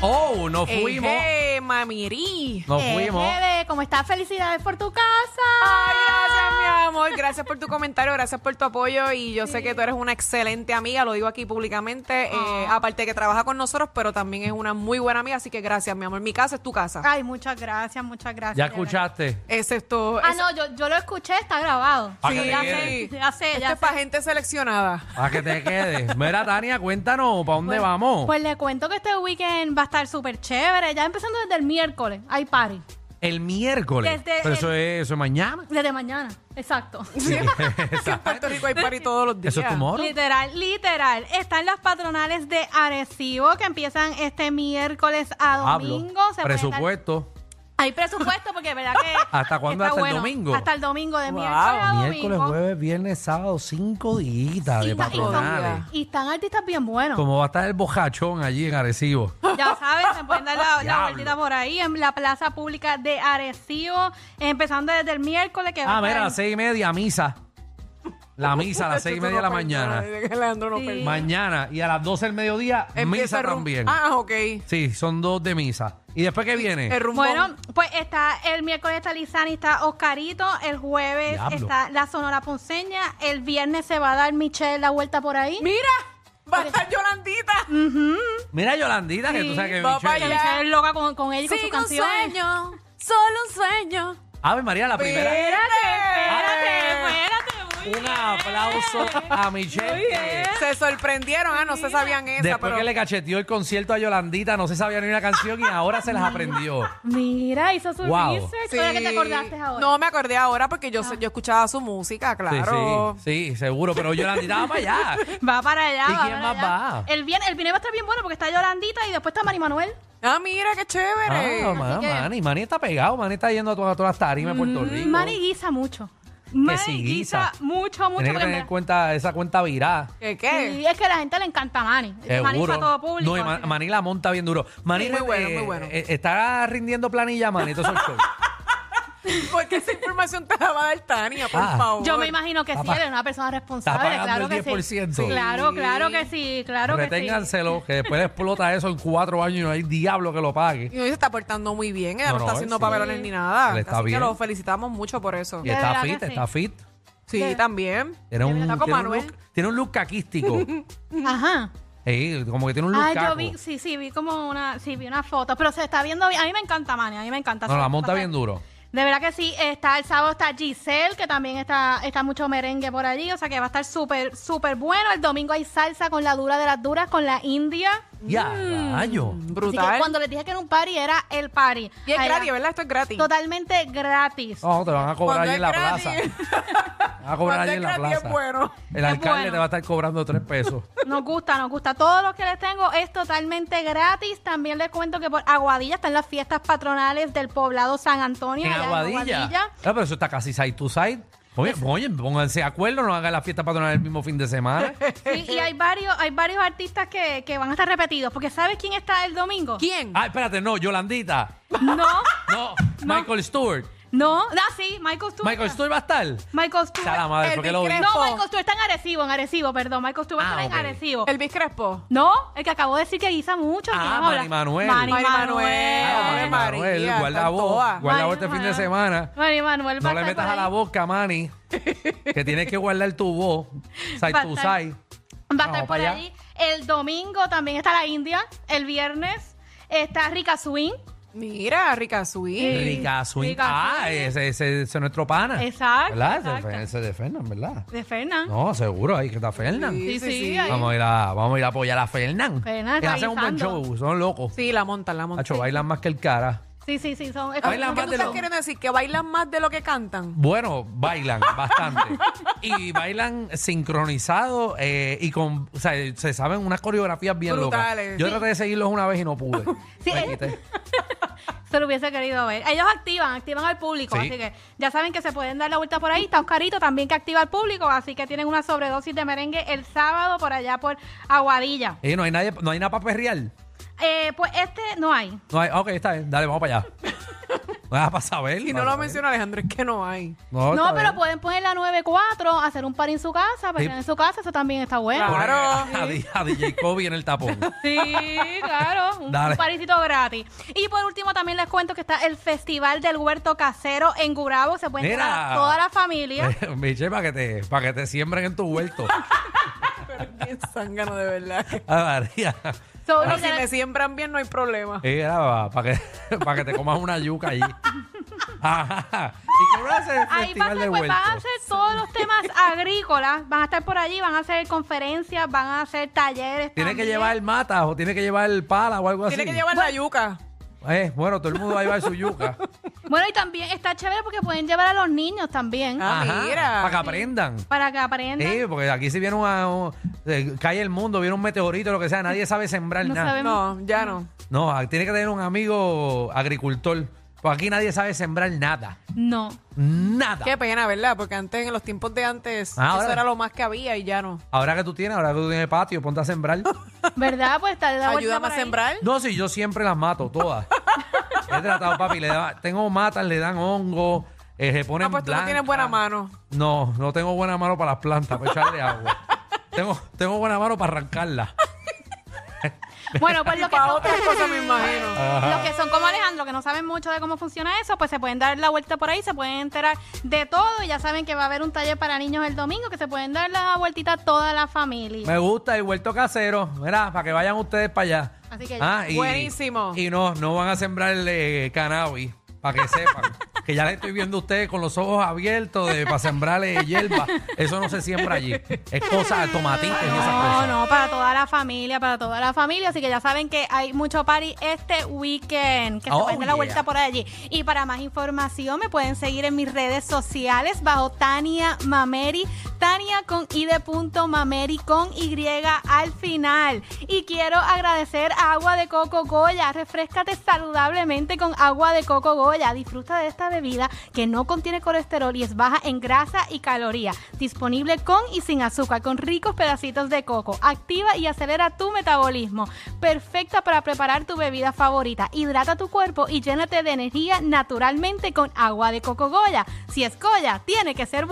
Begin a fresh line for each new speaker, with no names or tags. Oh, nos fuimos.
Eje, mamirí.
Nos fuimos.
Eh, bebé, ¿cómo estás? Felicidades por tu casa.
Ay, gracias, mi amor. Gracias por tu comentario, gracias por tu apoyo. Y yo sé que tú eres una excelente amiga, lo digo aquí públicamente. eh,
Ah.
aparte que trabaja con nosotros, pero también es una muy buena amiga. Así que gracias, mi amor. Mi casa es tu casa.
Ay, muchas gracias, muchas gracias.
Ya
de verdad.
escuchaste.
Excepto.
Ah,
es-
no, yo, yo lo escuché, está grabado.
Pa' que
sí,
te
ya
quede.
sé.
Ya sé,
Esto
ya
es para
sé.
gente seleccionada.
Para que te quedes. Mira, Tania, cuéntanos, ¿para dónde vamos?
Pues le cuento que este weekend va a estar súper chévere. Ya empezando desde el miércoles, hay party.
el miércoles.
desde
Pero eso
el-
es, eso es mañana.
Desde mañana, exacto.
en Puerto Rico hay party todos los días.
Eso es tomorrow.
Literal, literal. Están las patronales de Arecibo que empiezan este miércoles a
Hablo.
domingo. Se puede estar-
Presupuesto.
Hay presupuesto porque verdad que
¿Hasta cuándo?
está
¿Hasta el domingo?
Hasta el domingo de
Wow.
miércoles a domingo.
Miércoles, jueves, viernes, sábado, cinco días
Y
de
ta- y son-
patronales.
Y están artistas bien buenos.
Como va a estar el bojachón allí en Arecibo.
Ya saben, se pueden dar la, la
Diablo.
vueltita por ahí en la plaza pública de Arecibo, empezando desde el miércoles que va
Ah,
a
mira, a
estar-
las seis y media, misa. La misa a las seis y media de la mañana.
Leandro no
eh. Sí.
perdona.
Mañana. Y a las doce del mediodía,
Empieza
misa
el rum-
también.
Ah, ok.
Sí, son dos de misa. ¿Y después qué viene?
El rumbo.
Bueno, pues está el miércoles está Lizani, está Oscarito, el jueves
Diablo.
está la Sonora Ponceña, el viernes se va a dar Michelle la vuelta por ahí.
mira, va a estar Yolandita.
Mira, Yolandita, que tú sabes que
va
Michelle-
para allá.
Michelle es loca con, con ella y con sus canciones.
sueño, solo un sueño.
Ave María, la primera.
Espérate, espérate, muy
Un
bien.
aplauso a Michelle. que
Se sorprendieron, ah, no se sabían esa,
Después
pero
que le cacheteó el concierto a Yolandita, no se sabía ni una canción y ahora se las aprendió.
Mira, hizo su
Wow.
research.
Sí.
Ahora que te acordaste ahora. Ah.
No me acordé ahora porque yo, yo escuchaba su música, claro.
Sí, sí, sí, seguro. Pero Yolandita va para allá.
Va para allá.
¿Y
va
quién
para
más
allá.
va?
El viernes, el viernes va a estar bien bueno porque está Yolandita y después está Mari Manuel.
Ah, mira qué chévere.
Ah, ma-
que-
Manny, Manny está pegado. Mani está yendo a, to- a todas las tarimas de Puerto Rico.
Mani Mm, guisa mucho. Mani
sí, guisa.
guisa mucho, mucho.
Tiene que
porque
tener en cuenta esa cuenta virada.
¿Qué qué?
Sí, es que a la gente le encanta Mani. Mani
Seguro.
está todo público.
no, y Ma-
así que-
Manny la monta bien duro. Manny
Sí, muy
eh,
bueno, muy bueno.
eh, está rindiendo planilla, Manny. Todo eso es show.
Porque esa información te la va a dar Tania, por
Ah.
favor.
Yo me imagino que sí,
Está pa-
él es una persona responsable.
pagando
Claro
el
que sí.
10%.
Claro,
Sí.
claro que sí, claro que sí.
Reténganselo, que después explota eso en cuatro años y no hay diablo que lo pague.
Y hoy se está portando muy bien, ella
No,
no,
no,
está haciendo
sí.
papelones ni nada.
Él
Así
está bien.
que lo felicitamos mucho por eso.
Y
De
está
verdad que
fit,
sí.
está fit.
Sí,
De-
también.
Tiene un,
verdad,
como
tiene un
Manuel.
look, tiene un look caquístico.
Ajá.
Sí, como que tiene un look
Ah,
caco.
yo vi, sí, sí, vi como una, sí, vi una foto, pero se está viendo bien. A mí me encanta Mani, a mí me encanta.
No,
Se
la
ve
monta
bastante.
bien duro.
De verdad que sí, está el sábado está Giselle, que también está, está mucho merengue por allí, o sea que va a estar súper, súper bueno. El domingo hay salsa con la dura de las duras, con la India.
Ya, rayo.
Así
Brutal.
que cuando les dije que era un party, era el party.
Y es
Allá,
gratis, ¿verdad? Esto es gratis.
Totalmente gratis.
No, te van a cobrar
Cuando
allí
es
en la
gratis.
plaza. Te van a cobrar allí en la
Cuando es gratis
plaza.
es bueno.
El
Es
alcalde
bueno.
te va a estar cobrando tres pesos.
Nos gusta, nos gusta. Todo lo que les tengo es totalmente gratis. También les cuento que por Aguadilla están las fiestas patronales del poblado San Antonio.
en
allá
Aguadilla. Ah, pero eso está casi side to side. Oye, oye, pónganse de acuerdo, no hagan la fiesta patronal el mismo fin de semana.
Sí, y hay varios, hay varios artistas que, que van a estar repetidos, porque ¿sabes quién está el domingo?
¿Quién?
Ah, espérate, no, Yolandita.
No,
No, Michael Stewart.
no, ah, sí, Michael Stewart.
Michael Stewart va a estar.
Michael Stewart.
Sea la madre,
El
¿por qué lo vi?
Big
No,
Crespo.
Michael Stewart está en Arecibo, en Arecibo, perdón. Michael Stewart
Ah,
está
ok.
en Arecibo.
Elvis Crespo.
No, el que acabó de decir que guisa mucho.
Ah,
que vamos a
Manny
hablar.
Manuel.
Manny
Manny
Manuel.
Manuel. Ave María,
Ah, guarda
están
voz,
todas.
guarda voz
Manny
este fin de
Manuel.
semana.
Manny Manuel va
No le
a estar
metas
por
a la
ahí.
boca, Manny, que tienes que guardar tu voz side
Va a
to
estar-
side.
Va a
Vamos
estar por
para allá.
ahí. El domingo también está la India. El viernes está Rica Swing.
Mira, Rica Sweet.
Rica swing.
Rica
Ah,
swing.
ese, ese, ese es nuestro pana.
Exacto,
¿Verdad? Ese
exacto.
Fe- Ese de Fernan, ¿verdad?
De Fernan.
No, seguro, ahí que está Fernan.
Sí, sí, ahí.
Vamos a, ir a, vamos a ir a apoyar a Fernan.
Fernan
Que hacen un buen
realizando.
show, son locos.
Sí, la montan, la montan.
Hacho, bailan más que el cara.
Sí, sí, sí. Son, es
Baila
como-
¿Qué
más
tú
de
estás
lo-
queriendo decir? ¿Que bailan más de lo que cantan?
Bueno, bailan bastante. y bailan sincronizado eh, y con, o sea, se saben unas coreografías bien
Brutales. eh.
locas. Yo traté de seguirlos una vez y no pude.
Sí,
Me
es-
quité.
Se lo hubiese querido ver. Ellos activan, activan al público.
Sí.
Así que ya saben que se pueden dar la vuelta por ahí. Está Oscarito también que activa al público. Así que tienen una sobredosis de merengue el sábado por allá por Aguadilla.
Eh, no hay nadie, no hay nada para perrear.
Eh, pues este no hay.
No hay, ah, ok, está bien. Dale, vamos para allá. Ah, para saber.
Si no
para
lo
saber.
menciona Alejandro, es que no hay.
está
No, pero
bien.
pueden poner la 9-4, hacer un par en su casa, pero en su casa, eso también está bueno.
Claro.
Poner A, a- a DJ Kobe en el tapón.
Sí, claro, un,
Dale.
un parisito gratis. Y por último también les cuento que está el Festival del Huerto Casero en Gurabo, se pueden
Mira. Eh.
llevar a toda la familia.
Miche, para que, te, pa' que te siembren en tu huerto.
Bien zángano, de verdad.
Ah, María.
So,
Pero si
literal-
me siembran bien, no hay problema.
Eh, Era para que, pa' que te comas una yuca allí. Ajá. ¿Y qué van a hacer en el
Ahí va a
Este festival de
ser, pues,
huerto?
van a hacer todos los temas agrícolas, van a estar por allí, van a hacer conferencias, van a hacer talleres.
¿Tiene que
también.
llevar el mata o tiene que llevar el pala o algo así?
Tiene que llevar la yuca.
Eh, bueno, todo el mundo va a llevar su yuca.
Bueno, y también está chévere porque pueden llevar a los niños también
Ah, mira.
Para que aprendan.
para que aprendan.
Eh, porque aquí si viene una, un- eh, cae el mundo, viene un meteorito, lo que sea, nadie sabe sembrar
No
nada.
sabe-
No, ya no.
No, ah, tiene que tener un amigo agricultor. Pues aquí nadie sabe sembrar nada.
No.
Nada.
Qué pena, ¿verdad? Porque antes, en los tiempos de antes,
Ah,
eso
ahora-
era lo más que había y ya no.
Ahora que tú tienes, ahora que tú tienes patio, ponte a sembrar.
¿Verdad? Pues está de la vuelta
Ayúdame
por
a
ahí.
sembrar.
No, si yo siempre las mato todas. He tratado, papi. Le da- tengo matas, le dan hongo, eh, se ponen
Ah, pues tú no
blancas.
tienes buena mano.
No, no tengo buena mano para las plantas, para echarle agua. tengo, tengo buena mano para arrancarlas.
Bueno, pues lo que
Para
son-
otras cosas me imagino.
Los que son como Alejandro, que no saben mucho de cómo funciona eso, pues se pueden dar la vuelta por ahí, se pueden enterar de todo. Y ya saben que va a haber un taller para niños el domingo, que se pueden dar la vueltita a toda la familia.
Me gusta el huerto casero. Mira, para que vayan ustedes para allá.
Así que
Ah,
Buenísimo.
Y no, no van a sembrarle cannabis, para que sepan. que ya le estoy viendo a ustedes con los ojos abiertos de, para sembrarle hierba. Eso no se siembra allí. Es cosa, tomatitos y esas
No,
cosas.
no, para toda la familia, para toda la familia. Así que ya saben que hay mucho party este weekend, que se
Oh,
pueden dar la
yeah.
vuelta por allí. Y para más información me pueden seguir en mis redes sociales bajo Tania Mameri, Tania con i de punto Mameri con Y al final. Y quiero agradecer a Agua de Coco Goya. Refrescate saludablemente con Agua de Coco Goya. Disfruta de esta bebida que no contiene colesterol y es baja en grasa y caloría. Disponible con y sin azúcar, con ricos pedacitos de coco. Activa y acelera tu metabolismo. Perfecta para preparar tu bebida favorita. Hidrata tu cuerpo y llénate de energía naturalmente con agua de coco Goya. Si es Goya, tiene que ser